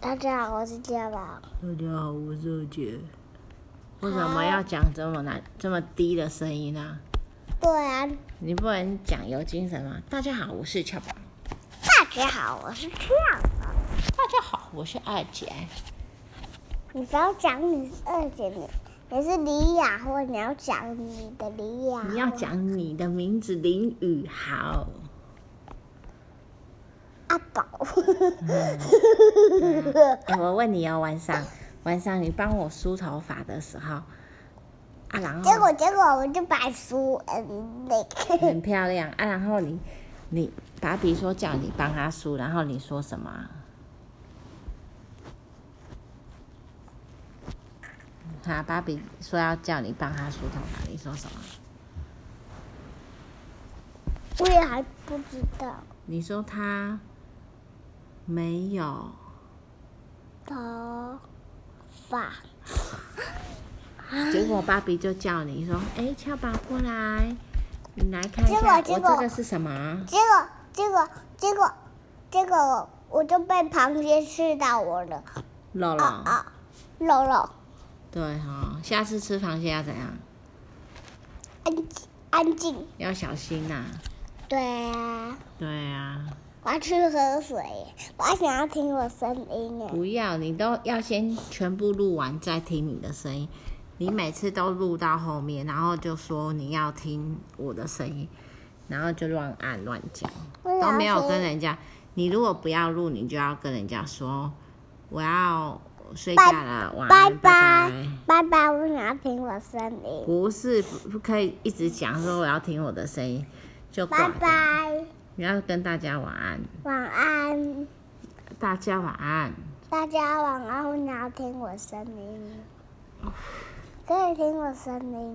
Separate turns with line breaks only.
大家好，我是家宝。
大家好，我是二姐。为什么要讲这么难、这么低的声音呢、
对啊，
你不能讲有精神吗？大家好，我是俏宝。
大家好，我是这样的。
大家好，我是二姐。
你不要讲你是二姐，你你是李雅慧，你要讲你的李雅慧。
你要讲你的名字林宇豪。
阿宝。
哎、我问你哦，晚上晚上你帮我梳头发的时候，啊，然
结
后
果结果我就把书嗯那个，
很漂亮啊，然后你你爸比说叫你帮他梳，然后你说什么啊？啊，芭比说要叫你帮他梳头发，你说什么？
我也还不知道
你说他没有
头发。
结果芭比就叫你说：“哎，俏宝过来，你来看一
结果
下，
结
我
果
这个是什么啊
结果结果结果结果我我就被螃蟹吃到我了。？”
肉肉，
啊啊，肉肉，
对哈、下次吃螃蟹要怎样？
安静安静。
要小心呐、
对啊，
对啊，
我要去喝水，我还想要听我声音啊呢。
不要，你都要先全部录完再听你的声音。你每次都录到后面，然后就说你要听我的声音，然后就乱按乱讲。
我
嗯都
想
没
要
有
听
跟人家，你如果不要录，你就要跟人家说我要睡觉
拜
了，晚
拜
安，拜
拜。拜拜，我想要听我声音。
不是不不可以一直讲说我要听我的声音，就挂
拜
掉
拜，
你要跟大家晚安，
晚安，
大家晚安。
大
嗯
家晚安。我想要听我声音，可以听我声音。